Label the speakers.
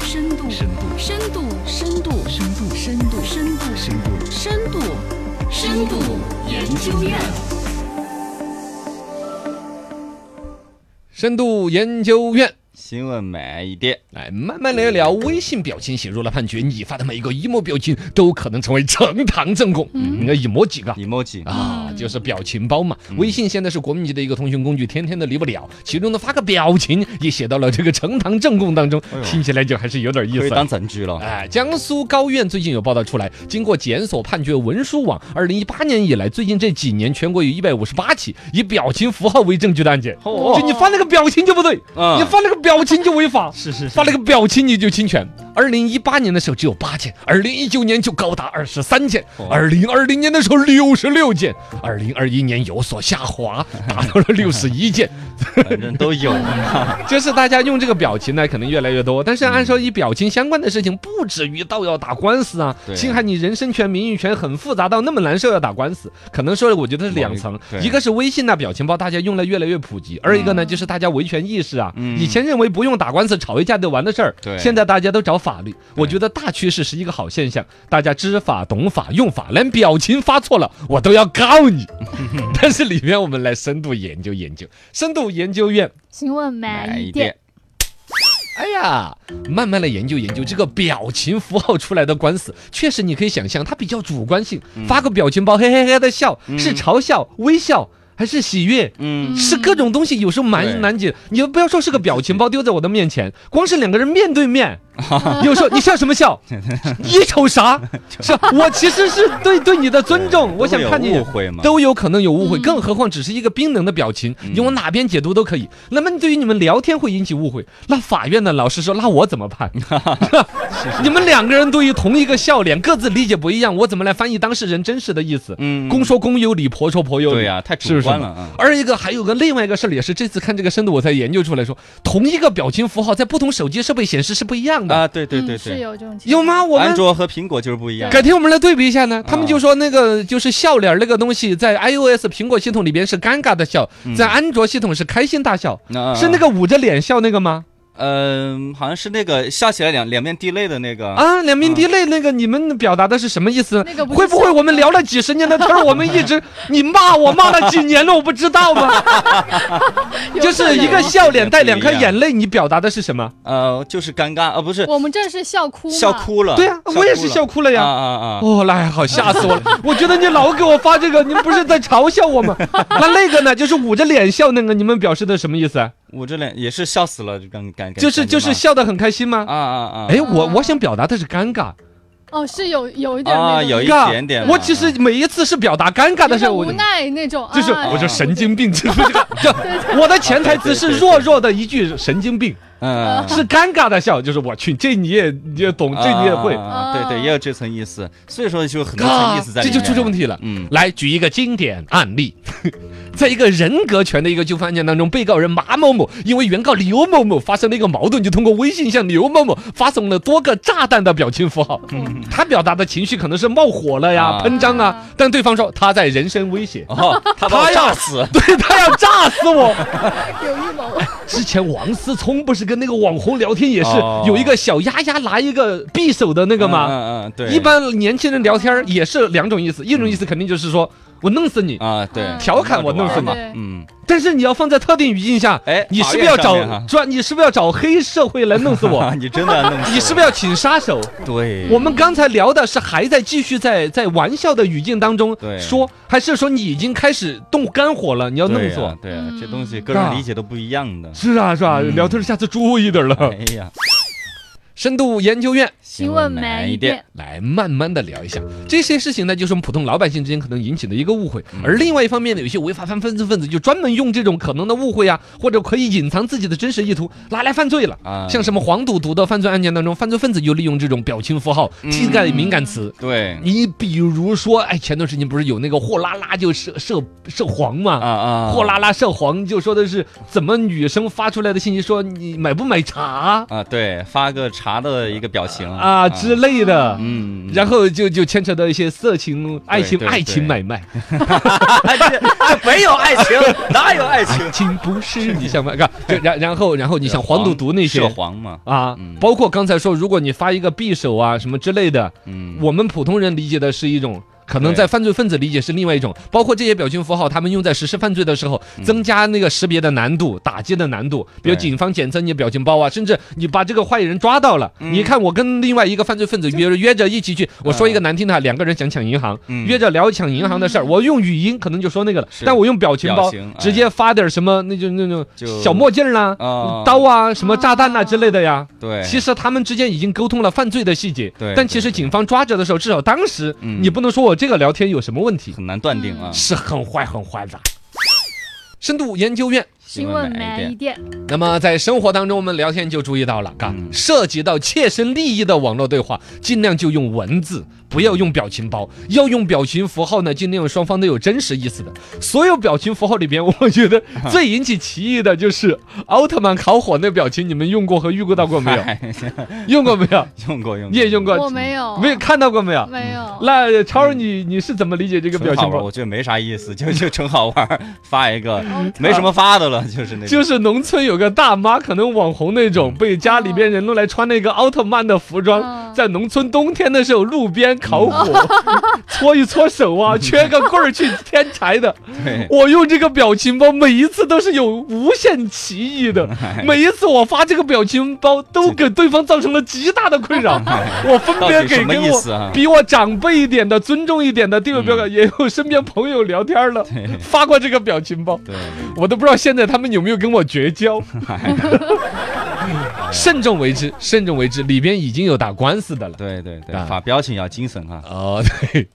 Speaker 1: 深度，
Speaker 2: 深度，深度，
Speaker 1: 深度，
Speaker 2: 深度，深度，
Speaker 1: 深度，
Speaker 2: 深度，深度研究院。
Speaker 3: 深度研究院。
Speaker 4: 新闻慢一点，
Speaker 3: 哎，慢慢聊一聊微信表情写入了判决，你发的每一个 emo 表情都可能成为呈堂证供。嗯，那 emo 几个？
Speaker 4: 你莫急，
Speaker 3: 啊，就是表情包嘛。微信现在是国民级的一个通讯工具，天天都离不了。其中的发个表情也写到了这个呈堂证供当中
Speaker 4: 哎，呦
Speaker 3: 听起来就还是有点意
Speaker 4: 可以
Speaker 3: 思。
Speaker 4: 当证据了。
Speaker 3: 哎，江苏高院最近有报道出来，经过检索判决文书网，二零一八年以来，最近这几年全国有一百五十八起以表情符号为证据的案件。
Speaker 4: 哦
Speaker 3: 就你发那个表情就不对，
Speaker 4: 嗯
Speaker 3: 你发那个表情就违法，
Speaker 1: 啊 是是是
Speaker 3: 发那个表情你就侵权。二零一八年的时候只有八件，二零一九年就高达二十三件，
Speaker 1: 哦
Speaker 3: 二零二零年的时候六十六件，二零二一年有所下 滑，达到了六十一件。
Speaker 4: 反正都有。
Speaker 3: 就是大家用这个表情呢，可能越来越多。但是按说以表情相关的事情，不止于到要打官司啊，
Speaker 4: 对
Speaker 3: 侵害你人身权、名誉权，很复杂到那么难受要打官司。可能说，我觉得是两层，
Speaker 4: 对
Speaker 3: 一个是微信呐、表情包大家用的越来越普及，二一个呢就是大家维权意识啊，
Speaker 4: 嗯
Speaker 3: 以前认为不用打官司吵一架就完的事儿，
Speaker 4: 对
Speaker 3: 现在大家都找法律。我觉得大趋势是一个好现象，大家知法、懂法、用法，连表情发错了我都要告 你。但是里面我们来深度研究研究，深度研究院。
Speaker 5: 请问慢
Speaker 4: 慢
Speaker 5: 一
Speaker 4: 一
Speaker 5: 点
Speaker 4: 点，，
Speaker 3: 哎呀，慢慢的研究研究这个表情符号出来的官司，确实你可以想象，它比较主观性，发个表情包，嘿嘿嘿的笑，是嘲笑、微笑还是喜悦？
Speaker 4: 嗯，
Speaker 3: 是各种东西，有时候
Speaker 4: 对
Speaker 3: 蛮难解。你不要说是个表情包丢在我的面前，光是两个人面对 面，有时候你笑什么笑？你瞅 啥？是我其实是对对你的尊重，我想看
Speaker 4: 都会
Speaker 3: 你
Speaker 4: 有误会嘛。嗯
Speaker 3: 都有可能有误会，更何况只是一个冰冷的表情，你往哪边解读都可以。那么对于你们聊天会引起误会，那法院呢？老实说，那我怎么 判？你们两个人对于同一个笑脸，各自理解不一样，我怎么来翻译当事人真实的意思？
Speaker 4: 嗯
Speaker 3: 公说公有理，婆说婆有理。
Speaker 4: 对呀，太
Speaker 3: 是
Speaker 4: 主
Speaker 3: 不是
Speaker 4: 观了啊。
Speaker 3: 而一个还有个另外一个事儿，也是这次看这个深度我才研究出来说，同一个表情符号在不同手机设备显示是不一样的。
Speaker 4: 啊，对对
Speaker 5: 嗯
Speaker 4: 对
Speaker 5: 是
Speaker 4: 对，
Speaker 5: 有这种情
Speaker 3: 有
Speaker 5: 况？
Speaker 3: 吗？我们
Speaker 4: 安卓和苹果就是不一样。
Speaker 3: 改天我们来对比一下呢。他们
Speaker 4: 啊
Speaker 3: 就说那个就是笑脸儿那个东西，在 iOS 苹果系统里边是尴尬的笑，在安卓系统是开心大笑，
Speaker 4: 那
Speaker 3: 是那个捂着脸笑那个吗？
Speaker 4: 嗯，好像是那个笑起来两两面滴泪的那个。
Speaker 3: 啊，两面滴泪那个，你们表达的是什么意思？
Speaker 5: 那个不是
Speaker 3: 会不会
Speaker 5: 笑
Speaker 3: 我们聊了几十年的天儿，我们一直你骂我骂了几年了，我不知道吗？
Speaker 5: 有
Speaker 3: 就
Speaker 5: 可
Speaker 3: 是一
Speaker 5: 能
Speaker 3: 个笑脸带两颗
Speaker 4: 不一样
Speaker 3: 眼泪，你表达的是什么？
Speaker 4: 呃，就是尴尬，呃，不是
Speaker 5: 我们这是笑哭嘛，
Speaker 4: 笑哭了。
Speaker 3: 对呀，我也是
Speaker 4: 了
Speaker 3: 笑哭了
Speaker 4: 啊
Speaker 3: 呀。
Speaker 4: 啊啊！
Speaker 3: 哦，那还好，吓死我了！ 我觉得你老给我发这个，你不是在嘲笑我 吗？那那个呢，就是捂着脸笑那个，你们表示的什么意思啊？
Speaker 4: 我这脸也是笑死了，就尴尴尬。
Speaker 3: 就是就是笑得很开心吗？
Speaker 4: 啊啊啊！
Speaker 3: 哎，我我想表达的是尴尬，
Speaker 5: 哦，是有有一点那
Speaker 4: 啊，
Speaker 5: 种
Speaker 4: 有一
Speaker 3: 尬
Speaker 4: 点点嘛。
Speaker 3: 我其实每一次是表达尴尬的
Speaker 5: 有
Speaker 3: 时
Speaker 5: 点
Speaker 3: 候，我
Speaker 5: 无奈那种，
Speaker 3: 就是哦
Speaker 5: 啊
Speaker 3: 我就
Speaker 4: 说
Speaker 3: 神经病，就是这 个就我的潜台词是弱弱的一句神经病，
Speaker 4: 嗯，
Speaker 3: 是尴尬的笑，就是我去，这你也你也懂，这你也会，
Speaker 4: 啊对对，也有这层意思，所以说就有很多层意
Speaker 3: 嘎
Speaker 4: 思在里
Speaker 3: 啊这
Speaker 4: 面。
Speaker 3: 就出这问题了。
Speaker 4: 嗯，
Speaker 3: 来举一个经典案例， 在一个人格权的一个纠纷案件当中，被告人马某某因为原告刘某某发生了一个矛盾，就通过微信向刘某某发送了多个炸弹的表情符号。
Speaker 4: 嗯
Speaker 3: 他表达的情绪可能是冒火了呀、
Speaker 4: 啊，
Speaker 3: 喷张啊，但对方说他在人身威胁
Speaker 4: 哦，他把我
Speaker 3: 他要
Speaker 4: 炸死，
Speaker 3: 对他要炸死我。
Speaker 5: 有预谋，
Speaker 3: 之前王思聪不是跟那个网红聊天也是
Speaker 4: 哦
Speaker 3: 有一个小丫丫拿一个匕首的那个吗？
Speaker 4: 嗯嗯嗯，对，
Speaker 3: 一般年轻人聊天儿也是两种意思，一种意思肯定就是说我弄死你，
Speaker 4: 啊，对，
Speaker 3: 调侃我弄死
Speaker 4: 什
Speaker 3: 你
Speaker 4: 么？。
Speaker 5: 对
Speaker 4: 嗯，
Speaker 3: 但是你要放在特定语境下，
Speaker 4: 哎
Speaker 3: 你是不是要
Speaker 4: 法
Speaker 3: 找
Speaker 4: 院上面哈
Speaker 3: 专？你是不是要找黑社会来弄死
Speaker 4: 哇，
Speaker 3: 我？
Speaker 4: 你真的弄 死，
Speaker 3: 你是不是要请杀手？
Speaker 4: 对，
Speaker 3: 我们刚才聊的是还在继续在在玩笑的语境当中
Speaker 4: 对
Speaker 3: 说，还是说你已经开始动肝火了？你要弄
Speaker 4: 对
Speaker 3: 死
Speaker 4: 呀
Speaker 3: 我？，
Speaker 4: 对呀，这
Speaker 5: 嗯
Speaker 4: 东西个
Speaker 3: 啊
Speaker 4: 人理解都不一样的。
Speaker 3: 是啊是啊，
Speaker 4: 嗯
Speaker 3: 聊天儿下次注意点儿了。
Speaker 4: 哎呀，
Speaker 3: 深度研究院
Speaker 5: 请问慢一点，，
Speaker 3: 来慢慢的聊一下这些事情呢，就是我们普通老百姓之间可能引起的一个误会，而另外一方面呢，有些违法犯分子分子就专门用这种可能的误会啊，或者可以隐藏自己的真实意图拿来犯罪了。
Speaker 4: 啊，
Speaker 3: 像什么黄赌毒的犯罪案件当中，犯罪分子就利用这种表情符号替代敏感词。
Speaker 4: 对，
Speaker 3: 你比如说，哎，前段时间不是有那个货拉拉就涉涉涉黄
Speaker 4: 啊
Speaker 3: 嘛？
Speaker 4: 啊，
Speaker 3: 货拉拉涉黄就说的是怎么女生发出来的信息说你买不买茶？
Speaker 4: 嗯啊，对，发个茶茶的一个表情
Speaker 3: 啊之类的。
Speaker 4: 嗯，
Speaker 3: 然后就就牵扯到一些色情、爱情、
Speaker 4: 对对
Speaker 3: 爱情买卖，
Speaker 4: 这这没有爱情， 哪有爱
Speaker 3: 爱
Speaker 4: 情？
Speaker 3: 情不是你想买， 看就然然后然后你想黄赌毒那
Speaker 4: 涉
Speaker 3: 些
Speaker 4: 黄嘛，
Speaker 3: 啊
Speaker 4: 嗯，
Speaker 3: 包括刚才说，如果你发一个匕首啊什么之类的，
Speaker 4: 嗯，
Speaker 3: 我们普通人理解的是一种。可能
Speaker 4: 对
Speaker 3: 在犯罪分子理解是另外一种，包括这些表情符号，他们用在实施犯罪的时候，增加那个识别的难度、打击的难度。比如
Speaker 4: 嗯对
Speaker 3: 警方检测你的表情包啊，甚至你把这个坏人抓到了，
Speaker 4: 嗯
Speaker 3: 你看我跟另外一个犯罪分子约约着一起去，我说一个难听的，两个人想抢银行，
Speaker 4: 嗯
Speaker 3: 约着聊抢银行的事儿，我用语音可能就说那个了，
Speaker 4: 是
Speaker 3: 但我用表情包
Speaker 4: 表情哎
Speaker 3: 直接发点什么，那就那种
Speaker 4: 就
Speaker 3: 小墨镜啦、
Speaker 4: 啊
Speaker 3: 刀啊、什么炸弹啊之类的呀。
Speaker 4: 对，
Speaker 3: 其实他们之间已经沟通了犯罪的细节，
Speaker 4: 对
Speaker 3: 但
Speaker 4: 对
Speaker 3: 其实
Speaker 4: 对
Speaker 3: 警方抓着的时候，至少当时
Speaker 4: 嗯
Speaker 3: 你不能说我这个聊天有什么问题，
Speaker 4: 很难断定啊。
Speaker 3: 是很坏很坏的。深度研究院，
Speaker 5: 新闻买一点，
Speaker 3: 那么在生活当中，我们聊天就注意到了，嘎、
Speaker 4: 嗯
Speaker 3: 涉及到切身利益的网络对话，尽量就用文字，不要用表情包。要用表情符号呢，尽量双方都有真实意思的。所有表情符号里边，我觉得最引起歧义的就是奥特曼烤火那表情，你们用过和预估到过没有？ 用过没有？
Speaker 4: 用过用过，
Speaker 3: 嗯你也用过？
Speaker 5: 我没有，
Speaker 3: 呃没有看到过没有？
Speaker 5: 没有，
Speaker 3: 那超儿你你是怎么理解这个表
Speaker 4: 嗯纯
Speaker 3: 情
Speaker 4: 好玩，
Speaker 3: 包？
Speaker 4: 我觉得没啥意思，就 就纯好玩儿，发一个
Speaker 5: 哦
Speaker 4: 没什么发的了，就是那种。
Speaker 3: 就是农村有个大妈，可能网红那种，被家里边人弄来穿那个奥特曼的服装，
Speaker 5: 嗯
Speaker 3: 在农村冬天的时候路边烤火， 搓一搓手啊，缺个棍儿去添柴的。
Speaker 4: 对，
Speaker 3: 我用这个表情包，每一次都是有无限歧义的，嗯 每一次我发这个表情包都给对方造成了极大的困扰。嗯我分
Speaker 4: 哎到
Speaker 3: 别
Speaker 4: 底什
Speaker 3: 给
Speaker 4: 么
Speaker 3: 给
Speaker 4: 意
Speaker 3: 我
Speaker 4: 思啊？
Speaker 3: 比我长辈一点的、尊重一点的地位标杆，也有身边朋友聊天了，发过这个表情包，
Speaker 4: 对，
Speaker 3: 我都不知道现在他们有没有跟我绝交。慎重为之，慎重为之，里边已经有打官司的了。
Speaker 4: 对对对
Speaker 3: 啊，
Speaker 4: 发表情要精神啊。
Speaker 3: 哦，对，